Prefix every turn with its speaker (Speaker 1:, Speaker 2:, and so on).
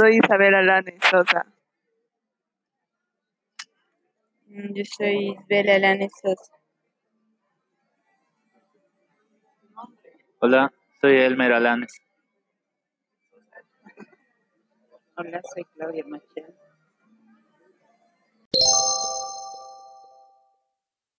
Speaker 1: Soy Isabel Alanis Sosa.
Speaker 2: Mm, Yo soy Isabel Alanes Sosa.
Speaker 3: Hola, soy Elmer Alanes.
Speaker 4: Hola, soy Claudia Machado.